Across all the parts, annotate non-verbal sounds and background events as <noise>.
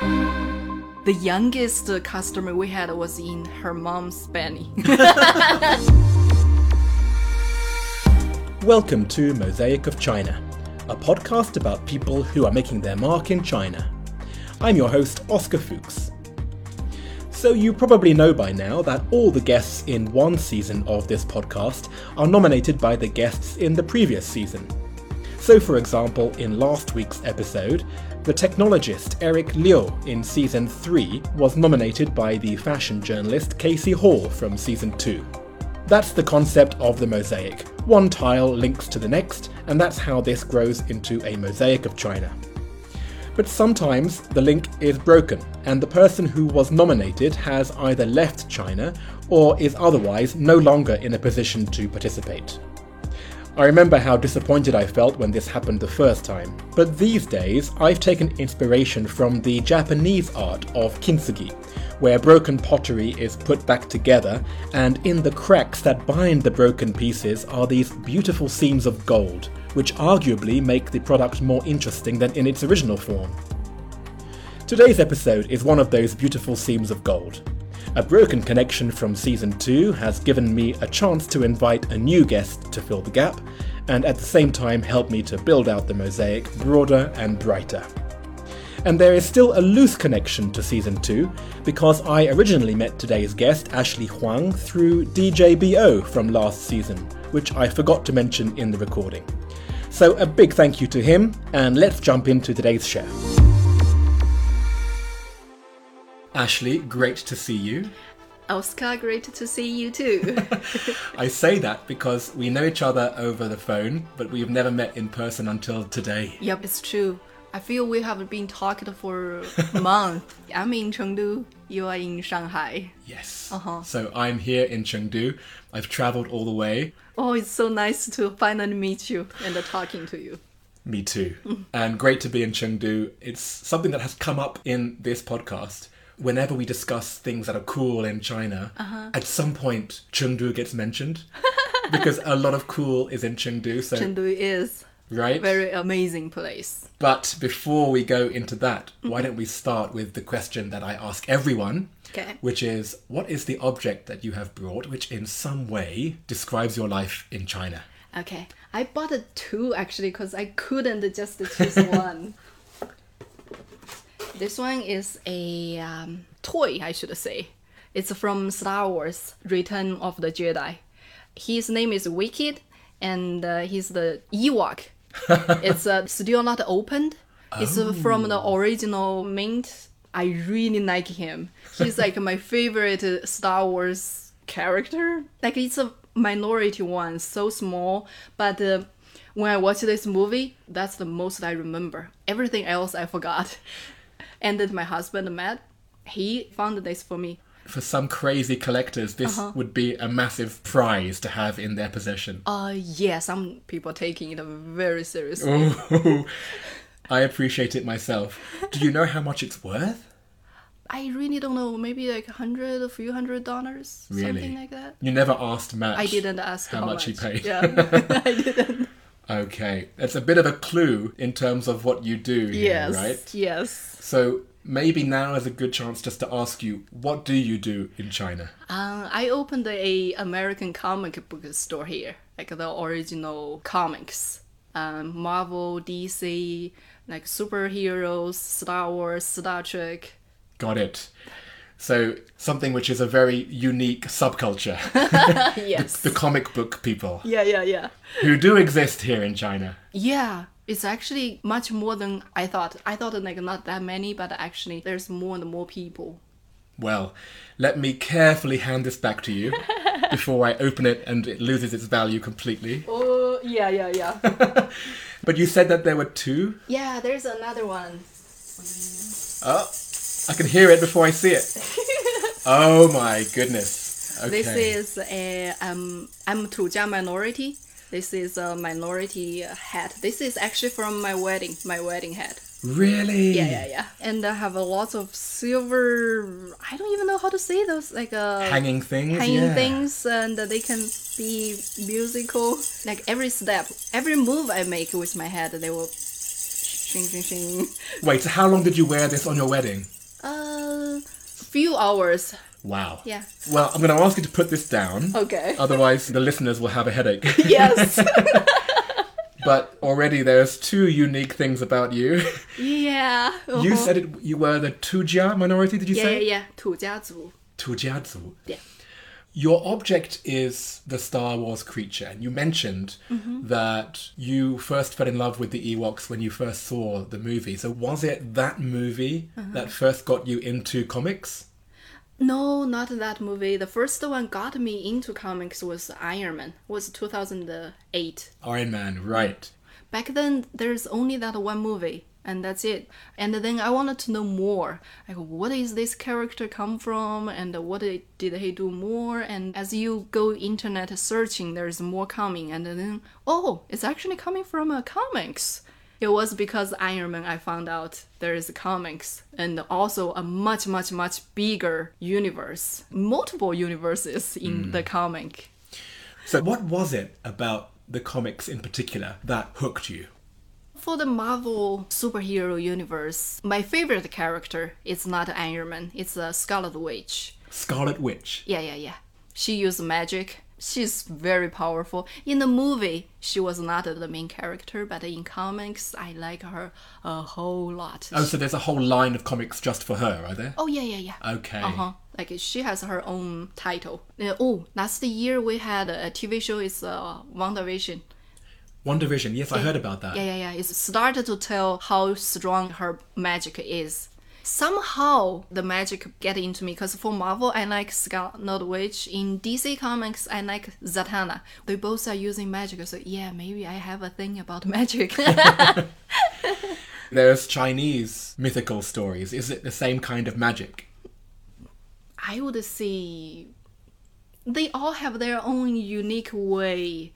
The youngest customer we had was in her mom's <laughs> belly. Welcome to Mosaic of China, a podcast about people who are making their mark in China. I'm your host, Oscar Fuchs. So, you probably know by now that all the guests in one season of this podcast are nominated by the guests in the previous season. So, for example, in last week's episode, the technologist Eric Liu in season 3 was nominated by the fashion journalist Casey Hall from season 2. That's the concept of the mosaic. One tile links to the next, and that's how this grows into a mosaic of China. But sometimes the link is broken, and the person who was nominated has either left China or is otherwise no longer in a position to participate. I remember how disappointed I felt when this happened the first time, but these days I've taken inspiration from the Japanese art of kintsugi, where broken pottery is put back together, and in the cracks that bind the broken pieces are these beautiful seams of gold, which arguably make the product more interesting than in its original form. Today's episode is one of those beautiful seams of gold. A broken connection from season 2 has given me a chance to invite a new guest to fill the gap, and at the same time help me to build out the mosaic broader and brighter. And there is still a loose connection to season 2, because I originally met today's guest, Ashley Huang, through DJBO from last season, which I forgot to mention in the recording. So a big thank you to him, and let's jump into today's show. Ashley, great to see you. Oscar, great to see you too. I say that because we know each other over the phone, but we've never met in person until today. <laughs> yep, it's true. I feel we have been talking <laughs> for a month. I'm in Chengdu, you are in Shanghai. Yes. Uh-huh. So I'm here in Chengdu. I've traveled all the way. Oh, it's so nice to finally meet you and talking to you. Me too. <laughs> and great to be in Chengdu. It's something that has come up in this podcast. Whenever we discuss things that are cool in China, Uh-huh. at some point Chengdu gets mentioned <laughs> because a lot of cool is in Chengdu. So Chengdu is right, a very amazing place. But before we go into that, why don't we start with the question that I ask everyone, Okay. which is what is the object that you have brought which in some way describes your life in China? Okay, I bought a two actually because I couldn't just <laughs> choose one. This one is a um, toy, I should say. It's from Star Wars: Return of the Jedi. His name is Wicked, and uh, he's the Ewok. it's uh, still not opened. It's uh, from the original mint. I really like him. He's like my favorite uh, Star Wars character. Like it's a minority one, so small, but uh, when I watched this movie, that's the most I remember. Everything else I forgot. And then my husband Matt, he found this for me. For some crazy collectors, this Uh-huh. would be a massive prize to have in their possession. Uh yeah, some people taking it very seriously. Oh, I appreciate it myself. Do you know how much it's worth? I really don't know, maybe like a hundred, a few hundred dollars, Really? something like that. You never asked Matt. I didn't ask how, how, much, he paid. Yeah, <laughs> I <laughs> didn't. Okay, that's a bit of a clue in terms of what you do. here, Yes, right. yes. So maybe now is a good chance just to ask you, what do you do in China? Um, I opened a American comic book store here, like the original comics, um, Marvel, DC, like superheroes, Star Wars, Star Trek. <laughs> Got it. So something which is a very unique subculture, <laughs> yes. the comic book people Yeah, yeah, yeah. who do exist here in China. Yeah, it's actually much more than I thought. I thought like not that many, but actually there's more and more people. Well, let me carefully hand this back <laughs> to you before I open it and it loses its value completely. Oh, yeah, yeah, yeah. But you said that there were two. yeah, there's another one. Oh, I can hear it before I see <laughs> it. Oh my goodness. Okay. This is a um, I'm Tuja minority. This is a minority hat. This is actually from my wedding, my wedding hat. really Yeah, yeah, yeah. And I have a lot of silver. I don't even know how to say those like uh, hanging things. hanging yeah. things, and they can be musical. Like every step, every move I make with my head, they will Shing, shing, shing. <laughs> Wait, so how long did you wear this on your wedding? Uh, few hours. Wow. Yeah. Oh. Well, I'm going to ask you to put this down. Okay. Otherwise, the listeners will have a headache. <laughs> <laughs> yes. but already there's two unique things about you. <laughs> yeah. You said it, you were the Tujia minority, did you Uh-huh. Yeah, yeah, say? yeah. 土家族. Tujiazu. Yeah. Your object is the Star Wars creature, and you mentioned Mm-hmm. that you first fell in love with the Ewoks when you first saw the movie. So, was it that movie Uh-huh. that first got you into comics? No, not that movie. The first one got me into comics was Iron Man. Was 2008. Iron Man, right. Back then, there's only that one movie, and that's it. And then I wanted to know more. Like, what is this character come from, and what it- did he do more? And as you go internet searching, there's more coming. And then, oh, it's actually coming from a comics. It was because Iron Man I found out there is comics and also a much much much bigger universe, multiple universes in the comic. So, what was it about the comics in particular that hooked you? For the Marvel superhero universe, my favorite character is not Iron Man, it's a Scarlet Witch. Scarlet Witch. Yeah, yeah, yeah. She uses magic. She's very powerful. In the movie, she was not the main character, but in comics, I like her a whole lot. Oh, so there's a whole line of comics just for her, are there? Oh yeah, yeah, yeah. Okay. Uh huh. Like she has her own title. Uh, oh, last year we had a TV show. It's uh, WandaVision. One Division. Yes, I heard about that. Yeah, yeah, yeah. It's started to tell how strong her magic is. Somehow the magic get into me because for Marvel I like Scarlet Witch. In DC Comics I like Zatanna. They both are using magic, so yeah, maybe I have a thing about <laughs> magic. There's Chinese mythical stories. Is it the same kind of magic? I would say they all have their own unique way.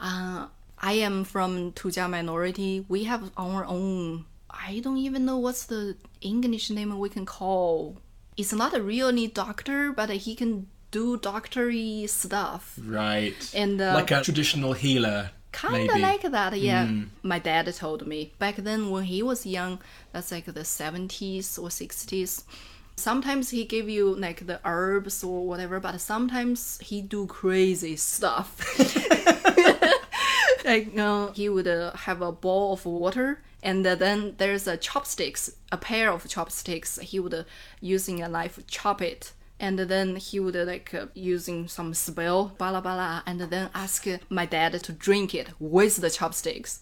Uh, I am from Tujia minority. We have our own. I don't even know what's the English name we can call. It's not a really doctor, but he can do doctory stuff. Right. And, uh, like a traditional healer. Kind of maybe. like that, yeah. My dad told me back then when he was young, that's like the 70s or 60s. Sometimes he gave you like the herbs or whatever, but sometimes he do crazy stuff. <laughs> like uh, he would uh, have a bowl of water and then there's a chopsticks a pair of chopsticks he would uh, using a knife chop it and then he would uh, like uh, using some spell blah blah blah and then ask uh, my dad to drink it with the chopsticks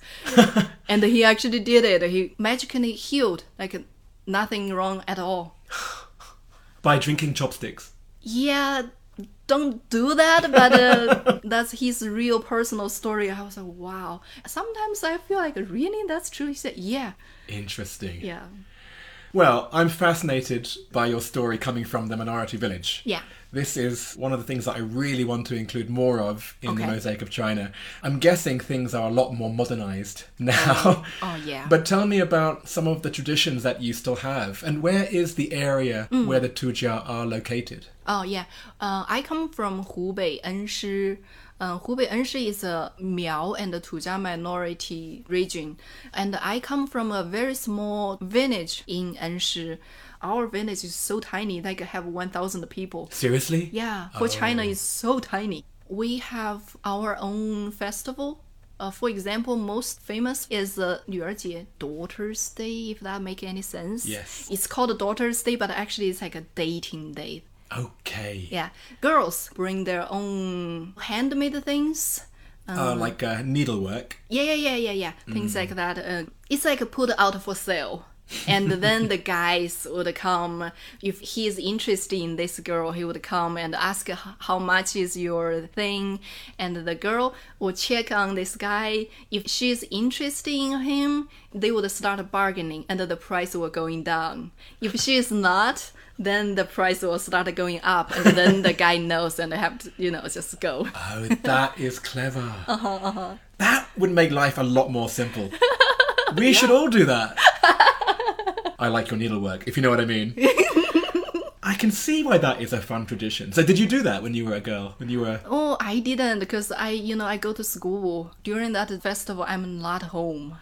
and he actually did it he magically healed like nothing wrong at all By drinking chopsticks. yeah don't do that but uh, that's his real personal story i was like wow sometimes i feel like really that's true he said yeah Interesting. yeah Well, I'm fascinated by your story coming from the minority village. Yeah. This is one of the things that I really want to include more of in the Okay. Mosaic of China. I'm guessing things are a lot more modernized <laughs> now. oh, yeah. But tell me about some of the traditions that you still have and where is the area Mm. where the Tujia are located? oh yeah uh, i come from hubei enshi uh, hubei enshi is a miao and a tujia minority region and i come from a very small village in enshi our village is so tiny like i have 1000 people Seriously? Yeah, for China is so tiny. We have our own festival. Uh, for example, most famous is the uh, 女儿节, Daughter's Day, if that make any sense. Yes. It's called Daughter's Day, but actually it's like a dating day. Okay. Yeah. Girls bring their own handmade things. Uh, like uh, needlework. Yeah, yeah, yeah, yeah, yeah. Things like that. Uh, it's like put out for sale. and then the guys would come. If he is interested in this girl, he would come and ask h- how much is your thing. And the girl would check on this guy. If she's interested in him, they would start bargaining and the price will going down. If she is not, then the price will start going up. And then the guy knows and have to, you know, just go. Oh, that is clever. <laughs> Uh-huh, That would make life a lot more simple. We should all do that. <laughs> I like your needlework, if you know what I mean. I can see why that is a fun tradition. So, did you do that when you were a girl? When you were. Oh, I didn't because I, you know, I go to school. During that festival, I'm not home.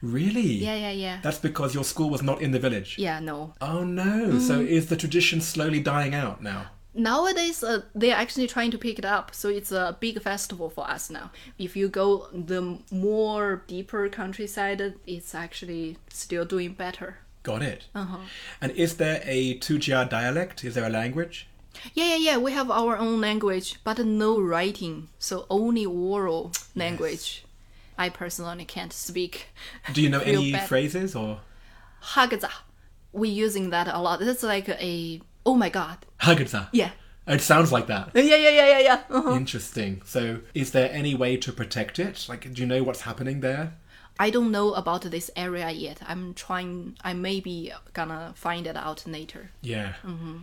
Really? Yeah, yeah, yeah. That's because your school was not in the village. yeah, Mm-hmm. no. Oh no! So is the tradition slowly dying out now? Nowadays, uh, they're actually trying to pick it up, so it's a big festival for us now. If you go the more deeper countryside, it's actually still doing better. Got it. Uh-huh. And is there a Tujia dialect? Is there a language? Yeah, yeah, yeah. We have our own language, but no writing, so only oral language. I personally can't speak. Do you <laughs> know Feel any bad. phrases or Hagza, we're using that a lot. That's like a oh my god. Hagedza? Yeah, It sounds like that. yeah, yeah, yeah, yeah, yeah. Uh-huh. Interesting. So, is there any way to protect it? Like, do you know what's happening there? <laughs> I don't know about this area yet. I'm trying. I maybe gonna find it out later. Yeah. Mm-hmm.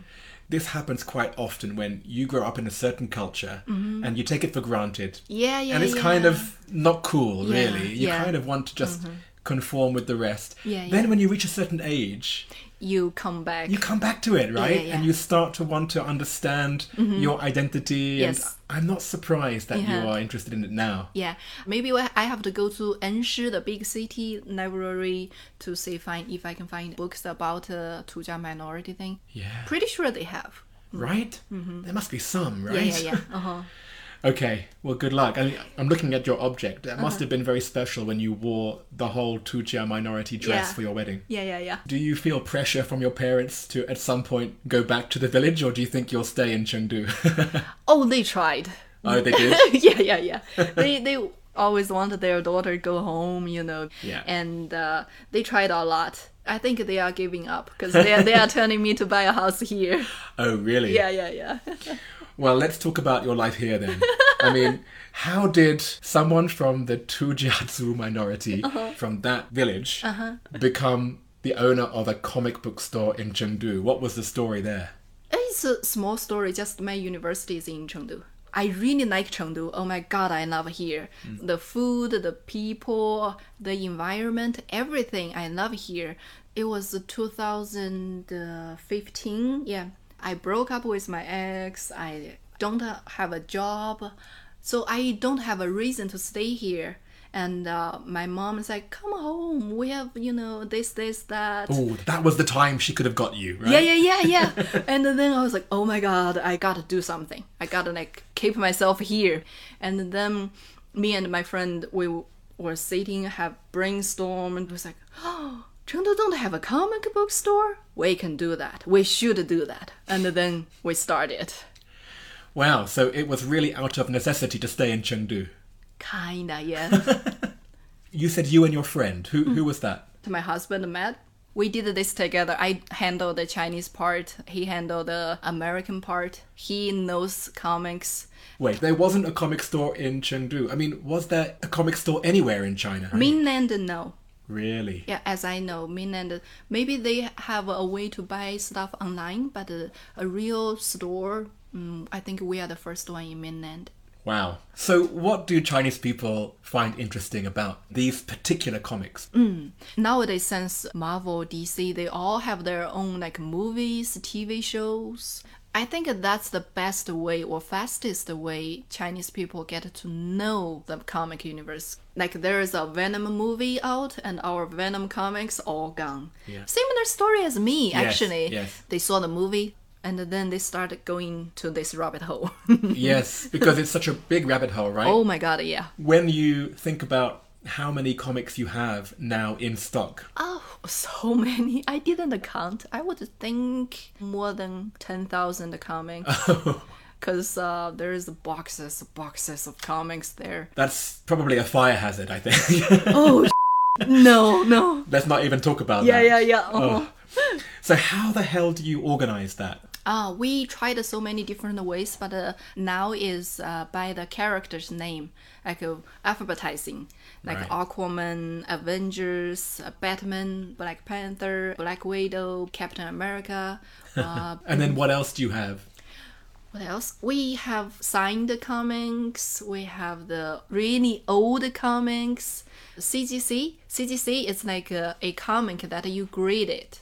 This happens quite often when you grow up in a certain culture and you take it for granted. Yeah, Mm-hmm. yeah, And it's kind yeah. of not cool, Yeah, really. You yeah. Mm-hmm. kind of want to just conform with the rest. Yeah, then yeah. when you reach a certain age, You come back. you come back to it, right? yeah, And yeah. you start to want to understand your identity. Yes. And I'm not surprised that you Yeah. are interested in it now. Yeah, maybe we- I have to go to Enshi, the big city library, to see find if I can find books about uh, Tujia minority thing. Yeah. Pretty sure they have. Right? There must be some, right? Mm-hmm. Yeah, yeah, yeah. <laughs> Uh-huh. Okay, well, good luck. I mean, I'm looking at your object. That Uh-huh. must have been very special when you wore the whole Tujia minority dress Yeah. for your wedding. Yeah, yeah, yeah. Do you feel pressure from your parents to at some point go back to the village, or do you think you'll stay in Chengdu? <laughs> Oh, they tried. oh, they <laughs> did? yeah, yeah, yeah. They they always wanted their daughter go home, you know. Yeah. And uh, they tried a lot. I think they are giving up because they are, they are telling me to buy a house here. Oh, really? Yeah, yeah, yeah. Well, let's talk about your life here then. I <laughs> mean, how did someone from the <laughs> Tujiatsu minority Uh-huh. from that village become the owner of a comic book store in Chengdu? What was the story there? It's a small story. Just my university is in Chengdu. I really like Chengdu. Oh my god, I love here. The food, the people, the environment, everything. I love here. It was 2015. Yeah, I broke up with my ex. I don't have a job, so I don't have a reason to stay here. And uh, my mom is like, "Come home. We have, you know, this, this, that." Oh, that was the time she could have got you, right? yeah yeah yeah <laughs> yeah and then i was like oh my god i gotta do something i gotta like keep myself here and then me and my friend we w- were sitting have brainstormed and was like oh chengdu don't have a comic book store we can do that we should do that and then we started Wow, so it was really out of necessity to stay in Chengdu. kinda <laughs> yeah You said you and your friend. Who who was that? my husband matt we did this together. I handled the Chinese part. He handled the American part. He knows comics. Wait, there wasn't a comic store in Chengdu. I mean, was there a comic store anywhere in China? Mainland, no. really? Yeah, as I know, mainland maybe they have a way to buy stuff online, but a, a real store. Mm, I think we are the first one in mainland. Wow. So, what do Chinese people find interesting about these particular comics? Mm-hmm. Nowadays, since Marvel, DC, they all have their own like movies, TV shows. I think that's the best way or fastest way Chinese people get to know the comic universe. Like there is a Venom movie out, and our Venom comics all gone. Yeah. Similar story as me, actually. yes. They saw the movie, and then they started going to this rabbit hole. <laughs> yes, because it's such a big rabbit hole, right? oh my god, yeah. When you think about how many comics you have now in stock, <laughs> Oh, so <laughs> many. I didn't count. I would think more than 10,000 comics. Because uh, there is boxes, boxes of comics there. that's probably a fire hazard, I think. <laughs> <laughs> Oh, no, no. Let's not even talk about Yeah, that. yeah, yeah. Uh-huh. Oh. So, how the hell do you organize that? Uh, we tried so many different ways, but uh, now is uh, by the character's name, like uh, alphabetizing, like Right. Aquaman, Avengers, uh, Batman, Black Panther, Black Widow, Captain <laughs> America, uh, And then what else do you have? What else? We have signed comics. We have the really old comics. CGC. CGC is like a, a comic that you grade it.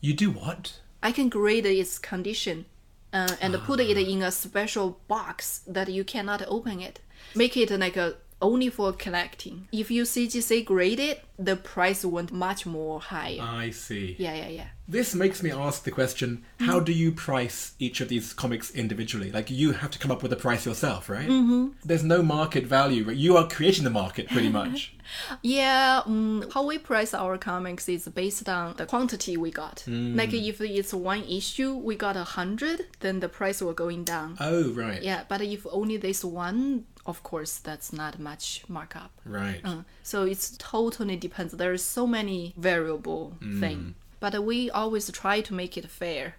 You do what? I can grade its condition uh, and put it in a special box that you cannot open it. Make it like a only for collecting. If you CGC grade it, the price went much more higher. I see. yeah, yeah, yeah. This makes me ask the question how do you price each of these comics individually? Like, you have to come up with a price yourself, right? Mm-hmm. There's no market value. right? You are creating the market <laughs> pretty much. Yeah, mm, how we price our comics is based on the quantity we got. Like if it's one issue, we got a hundred, then the price will going down. oh, right. yeah, but if only this one, of course, that's not much markup. Right. Uh, So it's totally depends. There is so many variable thing, but we always try to make it fair.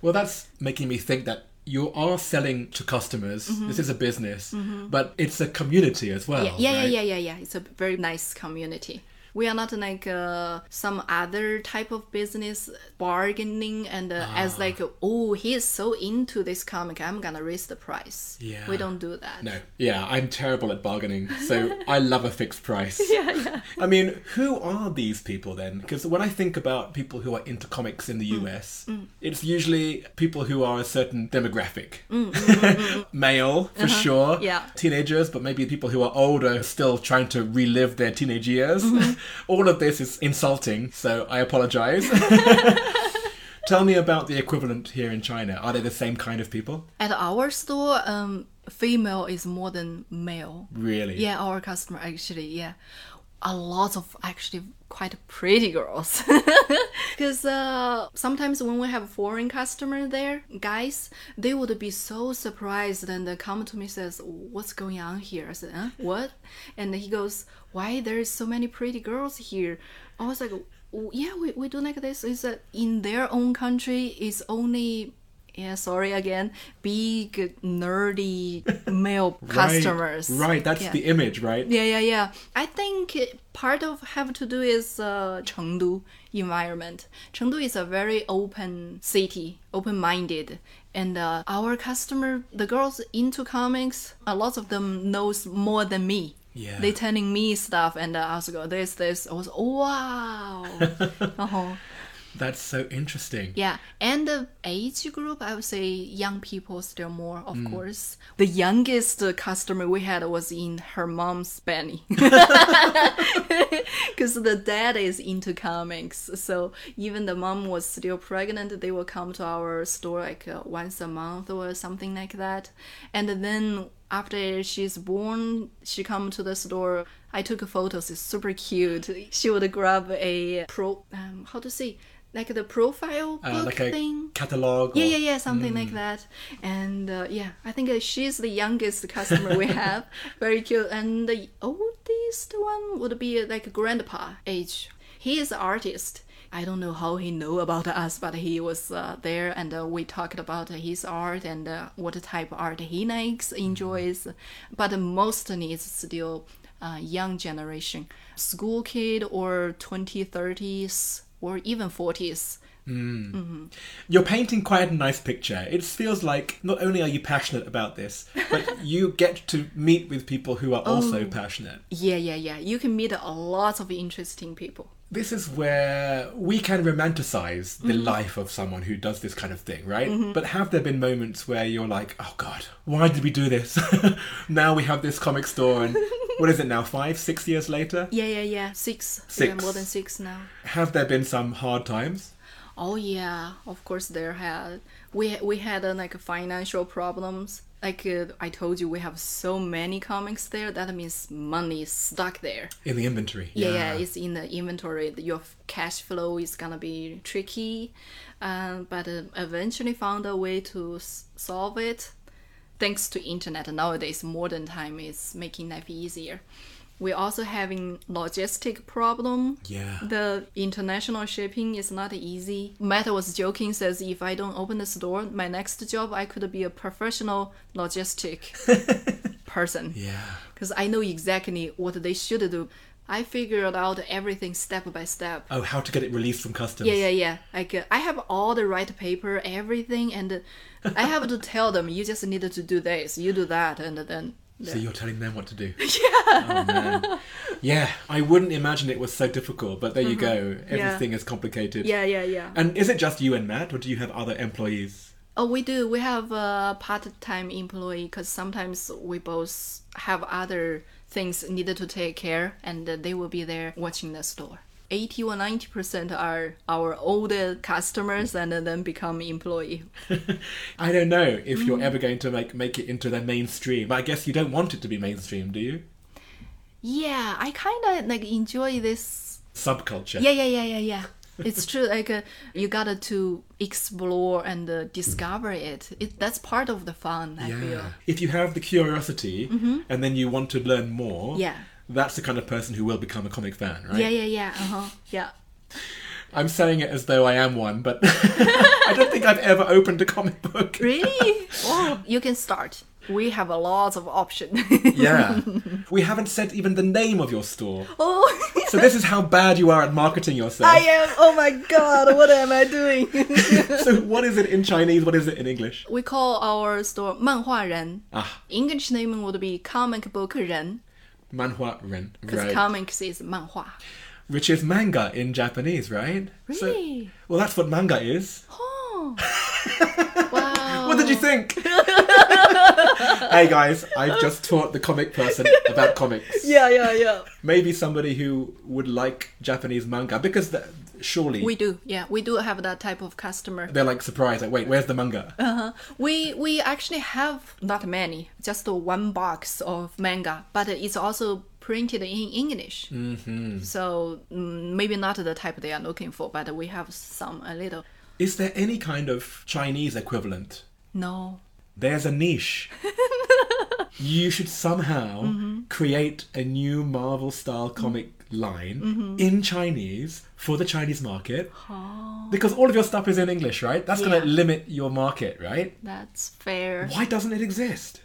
Well, that's making me think that you are selling to customers. This is a business, but it's a community as well. Mm-hmm. Yeah, yeah, right? yeah, yeah, yeah. It's a very nice community. We are not like uh, some other type of business bargaining and uh, Ah. as like oh he is so into this comic I'm gonna raise the price. Yeah. we don't do that. No, yeah, I'm terrible at bargaining, <laughs> so I love a fixed price. Yeah, yeah. I mean, who are these people then? Because when I think about people who are into comics in the US, it's usually people who are a certain demographic. mm, <laughs> Male, for sure. yeah. Teenagers, but maybe people who are older, still trying to relive their teenage years. <laughs> All of this is insulting, so I <laughs> apologize. Tell me about the equivalent here in China. Are they the same kind of people? At our store, um, female is more than male. Really? Yeah, our customer actually, yeah. A lot of actually quite pretty girls. <laughs> Because uh, sometimes when we have foreign customer there, guys, they would be so surprised and they come to me says, what's going on here? I said, huh? what? And he goes, why there is so many pretty girls here? I was like, "Oh, yeah, we, we do like this. Is that in their own country, it's only... Yeah, sorry again. Big <laughs> nerdy male customers. Right, right, that's yeah. the image, right? Yeah, yeah, yeah. I think it- part of have to do is uh, Chengdu environment. Chengdu is a very open city, open-minded, and uh, our customer, the girls into comics, a lot of them knows more than me. Yeah. They telling me stuff, and uh, I also go this, this. I was "Oh, wow. uh-huh. That's so interesting. Yeah, and the age group, I would say young people still more, of course. The youngest uh, customer we had was in her mom's Benny. <laughs> Because the dad is into comics. So even the mom was still pregnant, they will come to our store like uh, once a month or something like that. And then after she's born, she come to the store. I took photos. It's super cute. She would grab a pro, um, how to say, like the profile book Uh, like a thing. catalog. Yeah, yeah, yeah, something like that. And uh, yeah, I think uh, she's the youngest customer we have. Very cute. And the oldest one would be uh, like grandpa age. He is an artist. I don't know how he knew about us, but he was uh, there, and uh, we talked about his art and uh, what type of art he likes, enjoys. But mostly it's still uh, young generation, school kid or 20, 30s, or even 40s. You're painting quite a nice picture. It feels like not only are you passionate about this, <laughs> but you get to meet with people who are Oh. also passionate. Yeah, yeah, yeah. You can meet a lot of interesting people. This is where we can romanticize the Mm-hmm. life of someone who does this kind of thing, right? But have there been moments where you're like, oh God, why did we do this? <laughs> now we have this comic <laughs> store, and what is it now, five, six years later? Yeah, yeah, yeah. Six. Yeah, Six. more than six now. Have there been some hard times? Oh yeah, of course there had we we had uh, like financial problems. Like uh, I told you, we have so many comics there. That means money is stuck there. In the inventory. yeah, yeah, it's in the inventory. The- Your f- cash flow is gonna be tricky, um, but uh, eventually found a way to s- solve it. Thanks to internet nowadays, modern time is making life easier. We're also having logistic problem. Yeah. The international shipping is not easy. Matt was joking, says if I don't open the store, my next job I could be a professional <laughs> logistic person yeah. because I know exactly what they should do. I figured out everything step by step. Oh, how to get it released from customs. Yeah, yeah, yeah. Like uh, I have all the right paper, everything, and uh, I have to tell them you just needed to do this, you do that, and then So you're telling them what to <laughs> do. Yeah. Oh, man. Yeah, I wouldn't imagine it was so difficult, but there you go. Everything is complicated. Mm-hmm. yeah, yeah, yeah. And is it just you and Matt, or do you have other employees? Oh, we do. We have a part-time employee because sometimes we both have other things needed to take care, and uh, they will be there watching the store. 80 or 90% are our older customers and then become employee. I don't know if Mm. you're ever going to make make it into their mainstream. I guess you don't want it to be mainstream, do you? Yeah, I kind of like enjoy this Subculture. Yeah, yeah, yeah, yeah, yeah. It's true. Like uh, you gotta to explore and uh, discover it. it. That's part of the fun. I feel. Mm-hmm. If you have the curiosity and then you want to learn more, Yeah. that's the kind of person who will become a comic fan, right? Yeah, yeah, yeah. Uh huh. Yeah. I'm saying it as though I am one, but <laughs> I don't think I've ever opened a comic book. Really? <laughs> oh, you can start. We have a lot of option. <laughs> Yeah. we haven't said even the name of your store. <laughs> oh, So this is how bad you are at marketing yourself. I am. Oh my God! What am I doing? <laughs> <laughs> so what is it in Chinese? What is it in English? we call our store 漫画人. Ah, English name would be comic book 人, manhwa ren, because right? comics is 漫画. Which is manga in Japanese, right? So- Really? well, that's what manga is. Oh. wow. What did you <laughs> think? hey guys, I've just taught the comic person about <laughs> comics. Yeah, yeah, yeah. Maybe somebody who would like Japanese manga because the, surely We do, yeah, we do have that type of customer. they're like surprised. Like, wait, where's the manga? We we actually have not many, just one box of manga, but it's also printed in English. Mm-hmm. So mm, maybe not the type they are looking for, but we have some a little. Is there any kind of Chinese equivalent? No. There's a niche. you should somehow create a new Marvel style comic line in Chinese for the Chinese market. Because all of your stuff is in English, right? That's going Yeah. to limit your market, right? That's fair. Why doesn't it exist?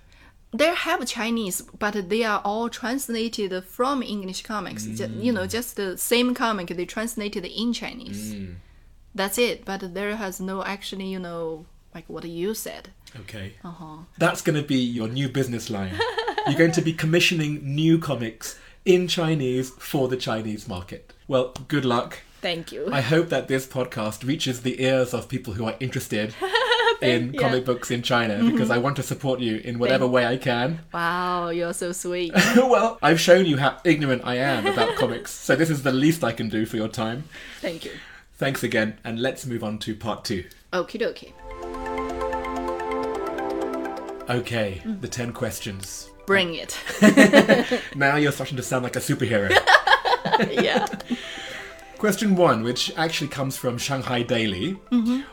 They have Chinese, but they are all translated from English comics. Ju- you Mm. know, just the same comic they translated in Chinese. Mm. That's it. But there has no actually, you know, like what you said. Okay. Uh huh. That's going to be your new business line. You're going to be commissioning new comics in Chinese for the Chinese market. Well, good luck. Thank you. I hope that this podcast reaches the ears of people who are interested in yeah. comic books in China because I want to support you in whatever way I can. <laughs> Wow, you're so sweet. well, I've shown you how ignorant I am about comics, so this is the least I can do for your time. Thank you. Thanks again, and let's move on to part two. Okie dokie. Okay, the 10 questions. Bring it. Now you're starting to sound like a superhero. <laughs> yeah. Question one, which actually comes from Shanghai Daily.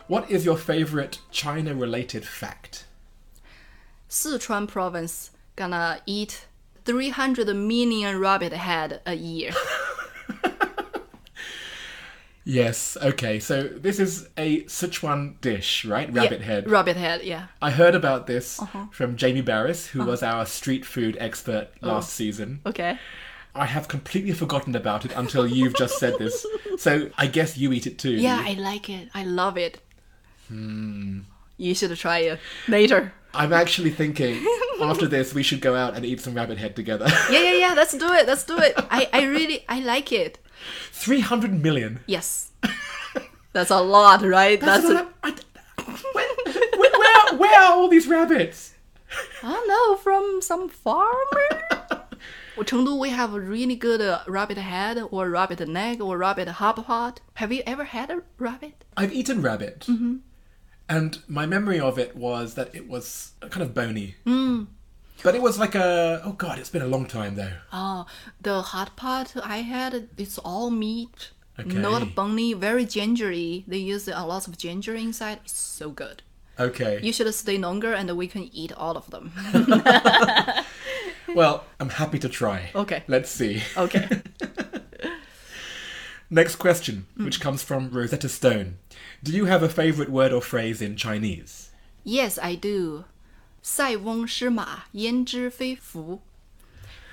What is your favorite China related fact? <laughs> Sichuan province gonna eat 300 million rabbit head a year. Yes, okay, so this is a Sichuan dish, right? Rabbit Yeah, Uh-huh. head. Rabbit head, yeah. I heard about this from Jamie Barris, who was Uh-huh. our street food expert Oh. last season. Okay. I have completely forgotten about it until you've just said this. So I guess you eat it too. Yeah, I like it. I love it. You should try it later. I'm actually thinking after this we should go out and eat some rabbit head together. Yeah, yeah, <laughs> yeah. Let's do it. Let's do it. I, I really, I like it. 300 million. Yes. <laughs> That's a lot, right? That's, a, I, <laughs> where, where, where, where are all these rabbits? I don't know, from some <laughs> farmer? Well, Chengdu, we have a really good uh, rabbit head or rabbit neck or rabbit hot pot. Have you ever had a rabbit? I've eaten rabbit. Mm-hmm. And my memory of it was that it was kind of bony. Mm. But it was like a. Oh god, it's been a long time though. Oh, the hot pot I had, it's all meat, Okay. not bony, very gingery. They use a lot of ginger inside. It's so good. Okay. You should stay longer and we can eat all of them. Well, I'm happy to try. <laughs> Okay. Let's see. Okay. Next question, Mm. which comes from Rosetta Stone. Do you have a favorite word or phrase in Chinese? <laughs> yes, I do. 塞翁失马，焉知非福.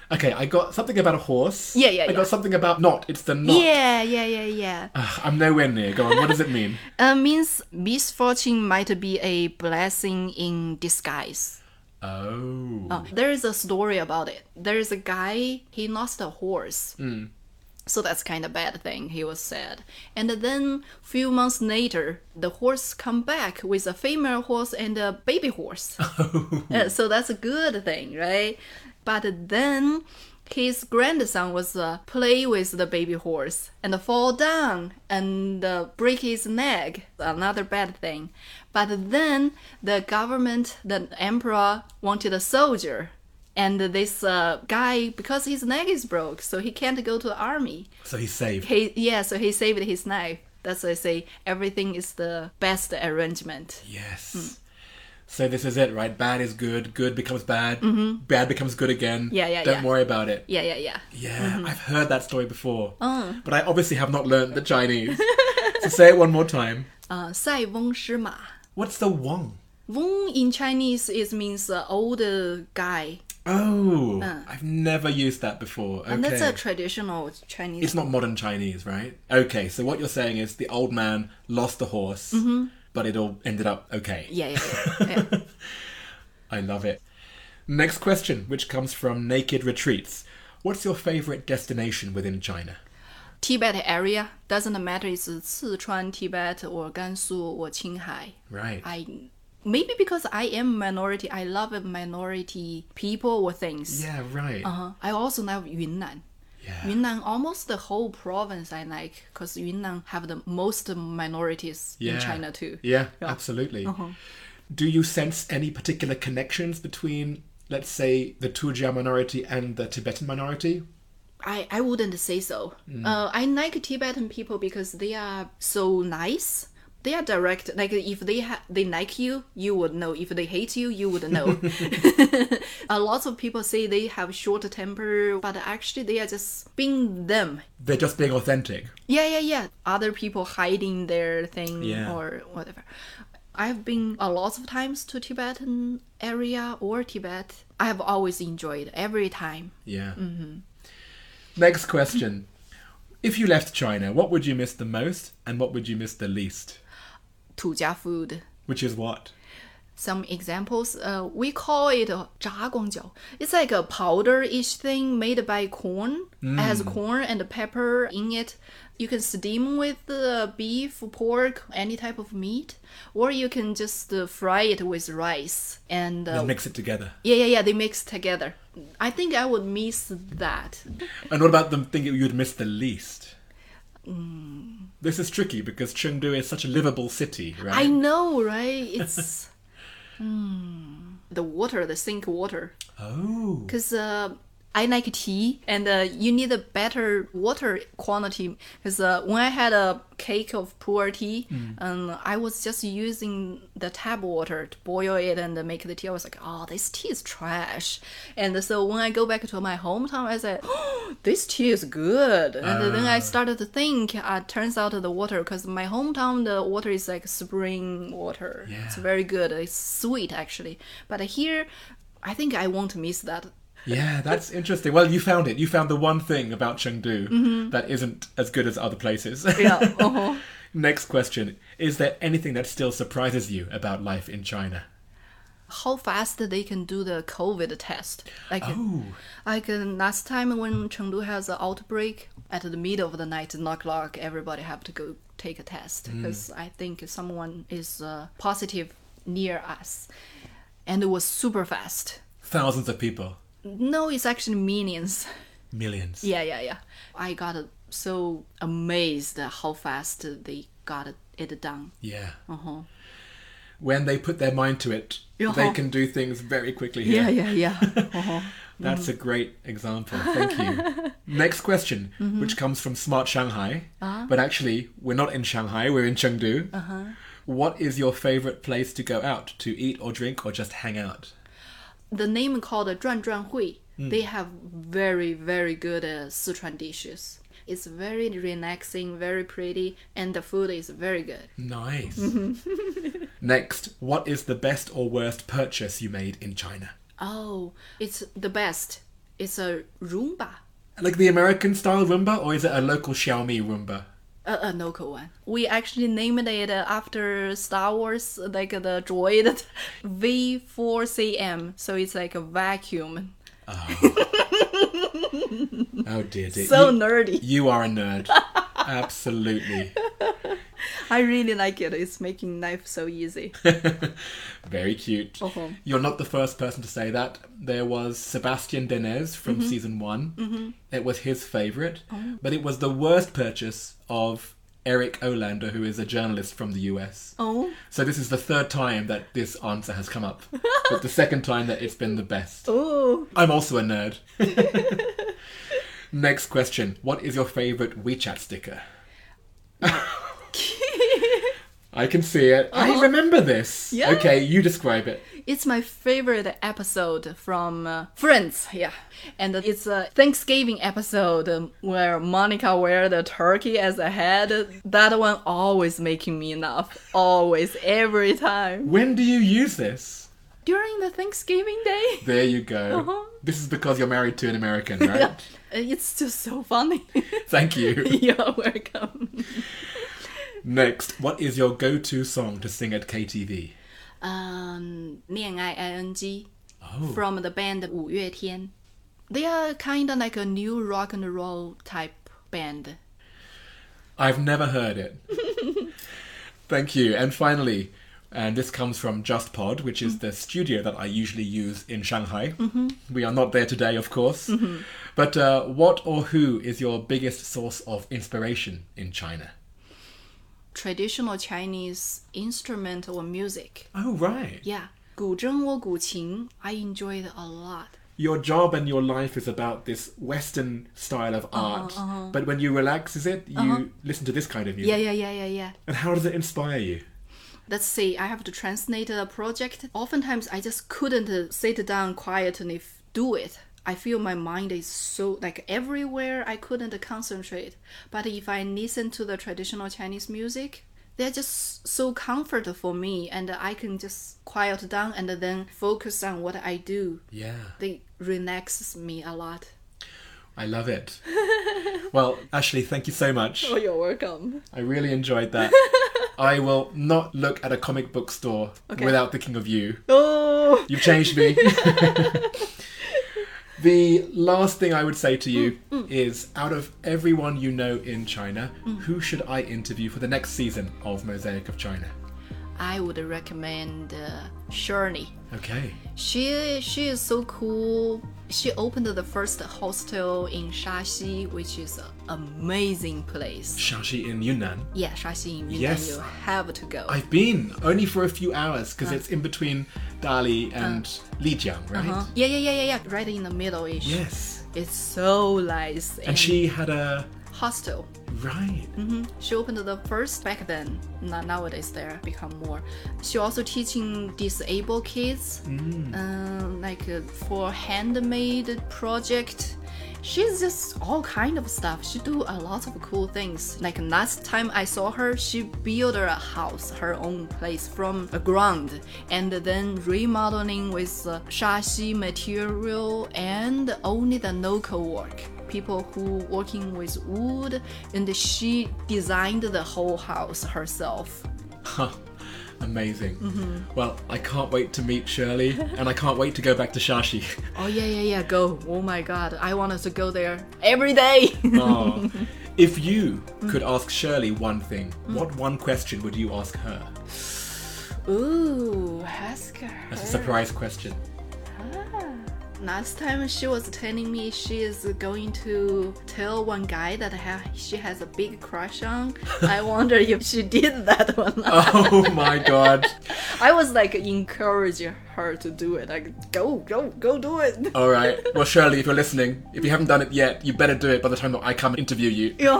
Okay, I got something about a horse. Yeah, yeah, I yeah. got something about knot. It's the knot. Yeah, yeah, yeah, yeah. Ugh, I'm nowhere near. Go on. What does it mean? Uh, means misfortune might be a blessing in disguise. Oh. <laughs> Uh, there is a story about it. There is a guy, he lost a horse. So that's kind of bad thing, he was sad. And then few months later, the horse come back with a female horse and a Oh. baby horse. Uh, so that's a good thing, right? But then His grandson was uh, play with the baby horse and fall down and uh, break his neck. Another bad thing. But then the government, the emperor wanted a soldier, and this uh, guy because his neck is broke, so he can't go to the army. <laughs> So he's saved. He yeah, so he saved his life. That's why I say everything is the best arrangement. Yes. Hmm. So this is it, right? Bad is good. Good becomes bad. Bad becomes good again. Mm-hmm. Yeah, yeah, Don't yeah. Mm-hmm. worry about it. Yeah, yeah, yeah. Yeah, I've heard that story before. Oh. But I obviously have not learned <laughs> the Chinese. so say it one more time. Uh, 塞翁失马. What's the Wong? Wong in Chinese is means uh, older guy, Oh, I've never used that before. Okay. Uh. and that's a traditional Chinese. it's not modern Chinese, right? Okay, so what you're saying is the old man lost the horse, Mm-hmm. but it all ended up okay. <laughs> yeah, yeah, yeah. yeah. I love it. Next question, which comes from Naked Retreats. What's your favorite destination within China? Tibet area doesn't matter. It's Sichuan, Tibet, or Gansu, or Qinghai. Right. I maybe because I am minority, I love minority people or things. yeah, right. Uh-huh. I also love Yunnan. Yeah. Yunnan, almost the whole province I like, because Yunnan have the most minorities yeah. in China too. Uh-huh. Yeah, absolutely. Do you sense any particular connections between, let's say, the Tujia minority and the Tibetan minority? I, I wouldn't say so. Uh, I like Tibetan people because they are so nice. They are direct. Like if they ha- they like you, you would know. If they hate you, you would know. <laughs> A lot of people say they have short temper, but actually they are just being them. They're just being authentic. Yeah, yeah, yeah. Other people hiding their thing Yeah. or whatever. I've been a lot of times to Tibetan area or Tibet. I have always enjoyed every time. Yeah. Mm-hmm. Next question. If you left China, what would you miss the most and what would you miss the least? Tujia food. Which is what? some examples. Uh, we call it uh, 炸光饺. It's like a powder-ish thing made by corn. It has corn and pepper in it. You can steam with uh, beef, pork, any type of meat, or you can just uh, fry it with rice. And uh, Let's mix it together. yeah, yeah, yeah, they mix together. I think I would miss that. And what about the thing that you'd miss the least? Mm. This is tricky because Chengdu is such a livable city, right? I know, right? It's <laughs> Hmm. the water, the sink water. Oh. because uh, I like tea, and uh, you need a better water quantity. Because uh, when I had a cake of poor tea, um, I was just using the tap water to boil it and uh, make the tea. I was like, "Oh, this tea is trash." And uh, so when I go back to my hometown, I said, oh, "This tea is good." And uh, then I started to think. Uh, turns out the water, because my hometown, the water is like spring water. It's Yeah. very good. It's sweet actually, but here. I think I won't miss that. Yeah, that's interesting. Well, you found it. You found the one thing about Chengdu that isn't as good as other places. Mm-hmm. Yeah. uh-huh. <laughs> Next question Is there anything that still surprises you about life in China? How fast they can do the COVID test? Like, Oh, like uh, last time when Chengdu has an outbreak, at the middle of the night, knock knock, everybody have to go take a test because I think someone is uh, positive near us, and it was super fast. thousands of people, No, it's actually millions. <laughs> millions. Yeah, yeah, yeah. I got uh, so amazed at how fast they got it- it done. Yeah. Uh-huh. When they put their mind to it, Yeah. they can do things very quickly here. Uh-huh. Yeah, yeah, yeah. uh-huh. That's a great example. Thank you. Next question, which comes from Smart Shanghai, but actually we're not in Shanghai, we're in Chengdu. What is your favorite place to go out to eat or drink or just hang out? the name called the Zhuan Zhuan Hui. They have very very good uh, Sichuan dishes. It's very relaxing, very pretty, and the food is very good. Nice. Next, what is the best or worst purchase you made in China? Oh, it's the best. It's a Roomba, Like the American style Roomba, or is it a local Xiaomi Roomba? a, uh, a local one. We actually named it uh, after Star Wars, like the droid <laughs> V4CM. So it's like a vacuum. Oh dear, dear. So you, nerdy. you are a nerd. Absolutely. I really like it. It's making life so easy. <laughs> Very cute. Uh-huh. You're not the first person to say that. There was Sebastian Denez from season one. It was his favourite, but it was the worst purchase of Eric Olander, who is a journalist from the US. Oh, So this is the third time that this answer has come up, but the second time that it's been the best. oh, <laughs> I'm also a nerd. Next question. What is your favourite WeChat sticker? I can see it. I remember this. Yeah. Okay, you describe it. it's my favorite episode from uh, Friends. Yeah, and it's a Thanksgiving episode um, where Monica wear the turkey as a head. That one always making me laugh. Always, every time When do you use this? during the Thanksgiving day. <laughs> There you go. Uh-huh. This is because you're married to an <laughs> American, right? It's just so funny. Thank <laughs> you. <laughs> You're welcome. Next, what is your go-to song to sing at KTV? Um, 恋爱 ing Oh. from the band 五月天. They are kind of like a new rock and roll type band. I've never heard <laughs> it. Thank you. And finally, and this comes from Just Pod, which is the studio that I usually use in Shanghai. We are not there today, of course. But uh, what or who is your biggest source of inspiration in China? Traditional Chinese instrument or music. Oh, right. Yeah, 古筝或古琴 I enjoyed a lot. Your job and your life is about this Western style of Uh-huh, art. But when you relax, is it? You listen to this kind of music. Yeah, yeah, yeah, yeah, Uh-huh. yeah. And how does it inspire you? Let's say I have to translate a project. Oftentimes, I just couldn't uh, sit down quietly f- do it. I feel my mind is so like everywhere. I couldn't concentrate. But if I listen to the traditional Chinese music, they're just so comfort for me, and I can just quiet down and then focus on what I do. Yeah. They relaxes me a lot. I love <laughs> it. well, Ashley, thank you so much. you're welcome. I really enjoyed <laughs> that. I will not look at a comic book store Okay. without thinking of you. Oh, You've changed <laughs> me. the last thing I would say to you Mm, is out of everyone you know in China, who should I interview for the next season of Mosaic of China? I would recommend uh, Shirley. Okay. She she is so cool. She opened the first hostel in Shaxi, which is an amazing place. Shashi in Yunnan. Yeah, Shaxi in Yunnan, Yes. you have to go. I've been only for a few hours Ah. because it's in between Dali and Lijiang, right? Huh? Yeah, yeah, yeah, yeah, yeah. Right in the middle ish. Yes. It's so nice. Mm-hmm. And she had a hostel. right. She opened the first back then. Now, nowadays there become more. She also teaching disabled kids, um, like uh, for handmade project. She's just all kind of stuff. She do a lot of cool things. Like last time I saw her, she built a house, her own place from a ground, and then remodeling with uh, shashi material and only the local work people who working with wood and she designed the whole house herself Huh. Amazing. Mm-hmm. Well, I can't wait to <laughs> meet Shirley, and I can't wait to go back to Shashi. oh yeah yeah yeah go oh my god i wanted to go there every day <laughs> Oh. if you Mm. could ask Shirley one thing, what one question would you ask her? ooh ask her That's a surprise question. <laughs> Ah. last time she was telling me she is going to tell one guy that ha- she has a big crush on i wonder if she did that or not Oh my god. i was like encouraging her to do it like go go go do it All right. Well, Shirley, if you're listening, if you haven't done it yet, you better do it by the time that I come interview you. <laughs> Yo.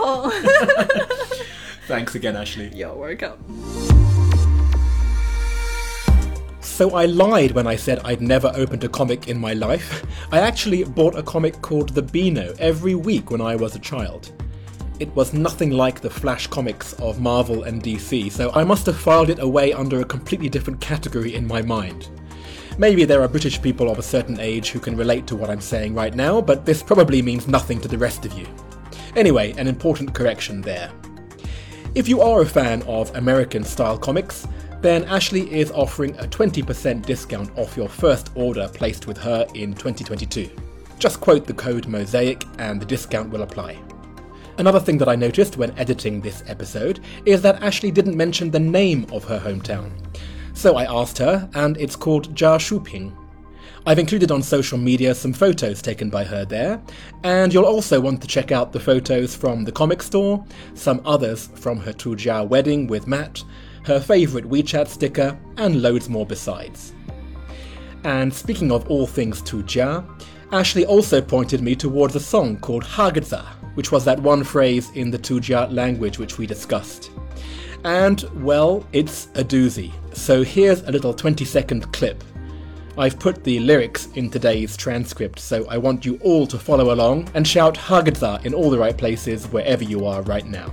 Thanks again, Ashley. You're welcome. So I lied when I said I'd never opened a comic in my life. I actually bought a comic called The Beano every week when I was a child. It was nothing like the Flash comics of Marvel and DC, so I must have filed it away under a completely different category in my mind. Maybe there are British people of a certain age who can relate to what I'm saying right now, but this probably means nothing to the rest of you. Anyway, an important correction there. If you are a fan of American style comics, then Ashley is offering a 20% discount off your first order placed with her in 2022. Just quote the code MOSAIC and the discount will apply. Another thing that I noticed when editing this episode is that Ashley didn't mention the name of her hometown. So I asked her, and it's called Jia Shuping. I've included on social media some photos taken by her there, and you'll also want to check out the photos from the comic store, some others from her Tujia wedding with Matt, her favourite WeChat sticker, and loads more besides. And speaking of all things Tujia, Ashley also pointed me towards a song called Hagedza, which was that one phrase in the Tujia language which we discussed. And, well, it's a doozy. So here's a little 20 second clip. I've put the lyrics in today's transcript, so I want you all to follow along and shout Hagedza in all the right places wherever you are right now.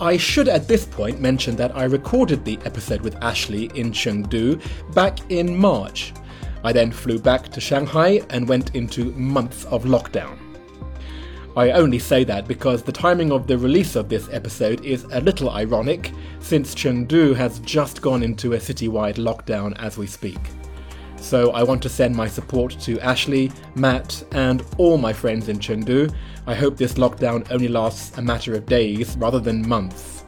I should at this point mention that I recorded the episode with Ashley in Chengdu back in March. I then flew back to Shanghai and went into months of lockdown. I only say that because the timing of the release of this episode is a little ironic, since Chengdu has just gone into a citywide lockdown as we speak. So I want to send my support to Ashley, Matt, and all my friends in Chengdu. I hope this lockdown only lasts a matter of days rather than months.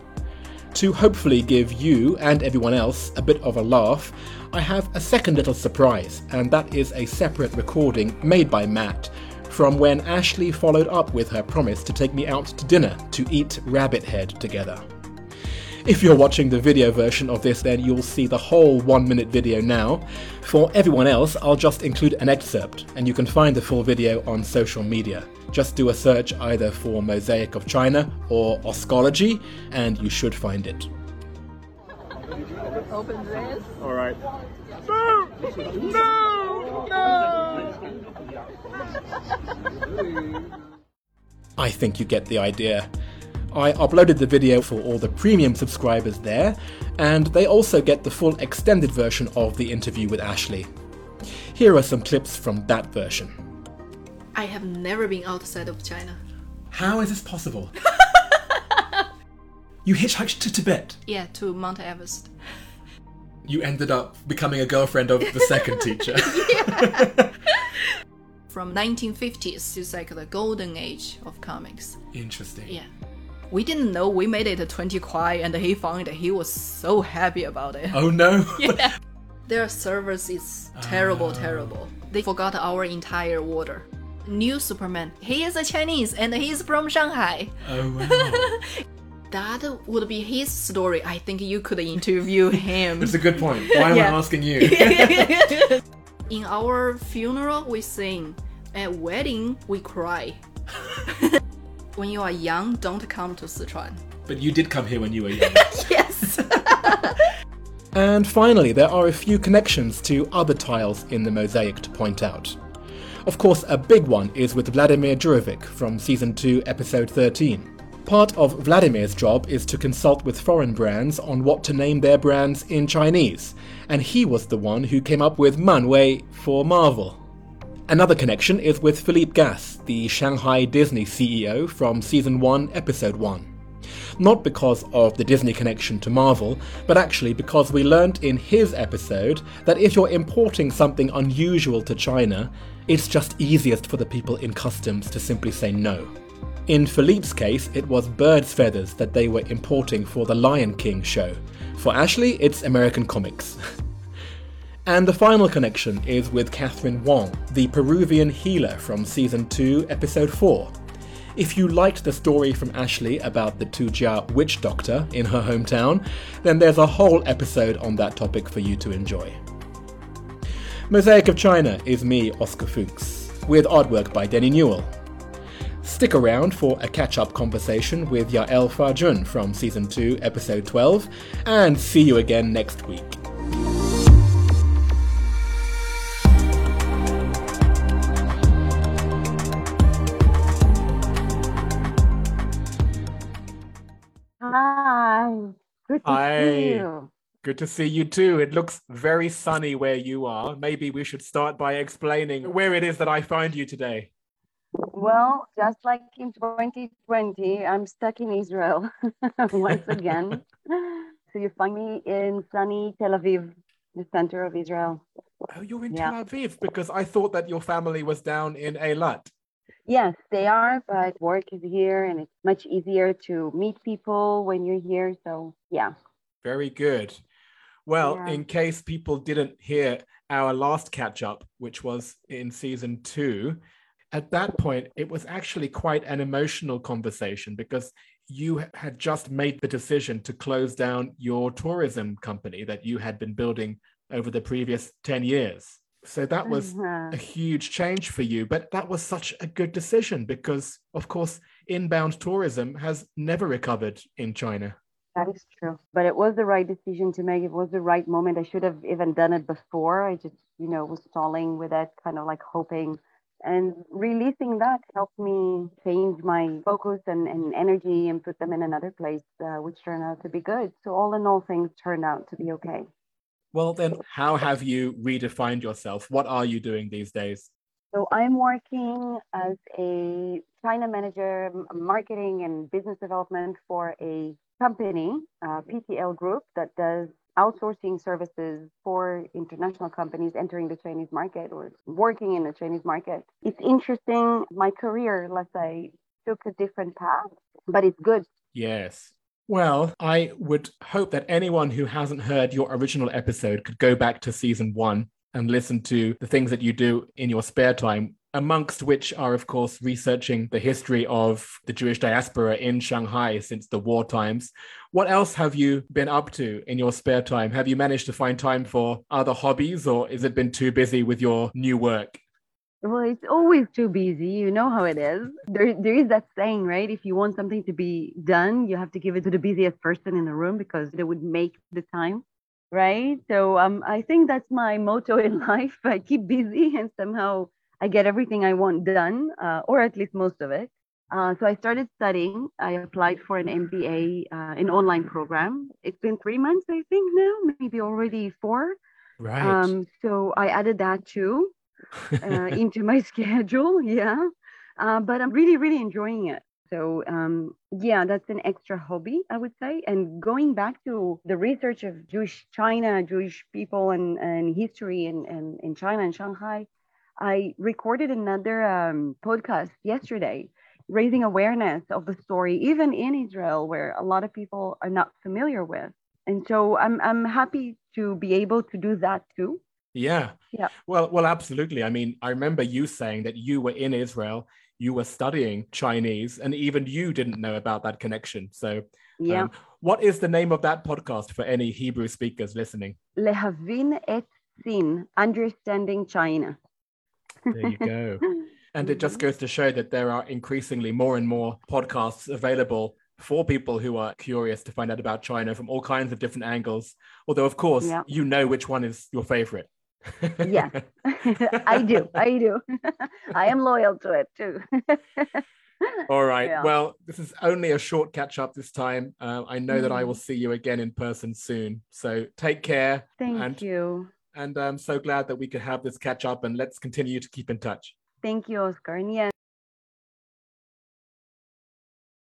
To hopefully give you and everyone else a bit of a laugh, I have a second little surprise, and that is a separate recording made by Matt from when Ashley followed up with her promise to take me out to dinner to eat rabbit head together. If you're watching the video version of this, then you'll see the whole one minute video now. For everyone else, I'll just include an excerpt, and you can find the full video on social media. Just do a search either for Mosaic of China or Oscology, and you should find it. Open this. All right. No! No! No! <laughs> I think you get the idea. I uploaded the video for all the premium subscribers there, and they also get the full extended version of the interview with Ashley. Here are some clips from that version. I have never been outside of China. How is this <laughs> possible? you hitchhiked to Tibet. Yeah, to Mount Everest. You ended up becoming a girlfriend of the second <laughs> teacher. From 1950s, it's like the golden age of comics. Interesting. Yeah. We didn't know we made it to 20 Kwai and he found it. He was so happy about it. Oh no. Their service is terrible, terrible. They forgot our entire order. New Superman. He is a Chinese and he's from Shanghai. <laughs> Oh wow. That would be his story. I think you could interview him. That's a good point. Why <laughs> am Yeah. I asking you? In our funeral, we sing. At wedding, we cry. when you are young, don't come to Sichuan. but you did come here when you were young. <laughs> Yes. And finally, there are a few connections to other tiles in the mosaic to point out. Of course, a big one is with Vladimir Jurovic from Season 2, Episode 13. Part of Vladimir's job is to consult with foreign brands on what to name their brands in Chinese, and he was the one who came up with Manwei for Marvel. Another connection is with Philippe Gass, the Shanghai Disney CEO from Season 1, Episode 1 not because of the Disney connection to Marvel, but actually because we learnt in his episode that if you're importing something unusual to China, it's just easiest for the people in customs to simply say no. In Philippe's case, it was bird's feathers that they were importing for the Lion King show. For Ashley, it's American comics. <laughs> And the final connection is with Catherine Wong, the Peruvian healer from season 2, episode 4. If you liked the story from Ashley about the Tujia witch doctor in her hometown, then there's a whole episode on that topic for you to enjoy. Mosaic of China is me, Oscar Fuchs, with artwork by Denny Newell. Stick around for a catch up conversation with Yael Farjun from season 2, episode 12, and see you again next week. Hi. Good to Hi. see you. Good to see you too. It looks very sunny where you are. Maybe we should start by explaining where it is that I find you today. Well, just like in 2020, I'm stuck in Israel <laughs> once <laughs> again. so you find me in sunny Tel Aviv, the center of Israel. Oh, you're in Yeah. Tel Aviv because I thought that your family was down in Eilat. Yes, they are, but work is here and it's much easier to meet people when you're here. So, yeah. Very good. Well, Yeah. in case people didn't hear our last catch up, which was in season two, at that point, it was actually quite an emotional conversation because you h- had just made the decision to close down your tourism company that you had been building over the previous 10 years. So that was Uh-huh. a huge change for you, but that was such a good decision because, of course, inbound tourism has never recovered in China. That is true. But it was the right decision to make. It was the right moment. I should have even done it before. I just, you know, was stalling with that, kind of like hoping. And releasing that helped me change my focus and, and energy and put them in another place, uh, which turned out to be good. So, all in all, things turned out to be okay. Well, then, how have you redefined yourself? What are you doing these days? So I'm working as a China manager, m- marketing and business development for a company, uh, PTL Group, that does outsourcing services for international companies entering the Chinese market or working in the Chinese market. It's interesting. My career, let's say, took a different path, but it's good Yes. Well, I would hope that anyone who hasn't heard your original episode could go back to season one and listen to the things that you do in your spare time, amongst which are, of course, researching the history of the Jewish diaspora in Shanghai since the war times. What else have you been up to in your spare time? Have you managed to find time for other hobbies, or has it been too busy with your new work? Well, it's always too busy. You know how it is. There, there is that saying, right? If you want something to be done, you have to give it to the busiest person in the room because they would make the time, right? So, um, I think that's my motto <laughs> in life. I keep busy, and somehow I get everything I want done, uh, or at least most of it. Uh, so I started studying. I applied for an MBA, uh, an online program. It's been three months, I think now, maybe already four. Right. Um, so I added that too uh, into my <laughs> schedule. Yeah. Uh, but I'm really, really enjoying it. So, um, yeah, that's an extra hobby, I would say. And going back to the research of Jewish China, Jewish people, and, and history in, in, in China and Shanghai, I recorded another um, podcast yesterday raising awareness of the story, even in Israel, where a lot of people are not familiar with. And so I'm, I'm happy to be able to do that too. Yeah. Yeah. Well, well, absolutely. I mean, I remember you saying that you were in Israel, you were studying Chinese, and even you didn't know about that connection. So, Yeah. um, what is the name of that podcast for any Hebrew speakers listening? Lehavin et Sin, Understanding <laughs> China. There you <laughs> go. and it Mm-hmm. just goes to show that there are increasingly more and more podcasts available for people who are curious to find out about China from all kinds of different angles. Although, of course, Yeah. you know which one is your favorite. Yes. <laughs> I do. I do. <laughs> I am loyal to it too. <laughs> All right. Yeah. Well, this is only a short catch up this time. Uh, I know that I will see you again in person soon. So take care. Thank and, you. And I'm so glad that we could have this catch up and let's continue to keep in touch. Thank you, Oscar. And yes,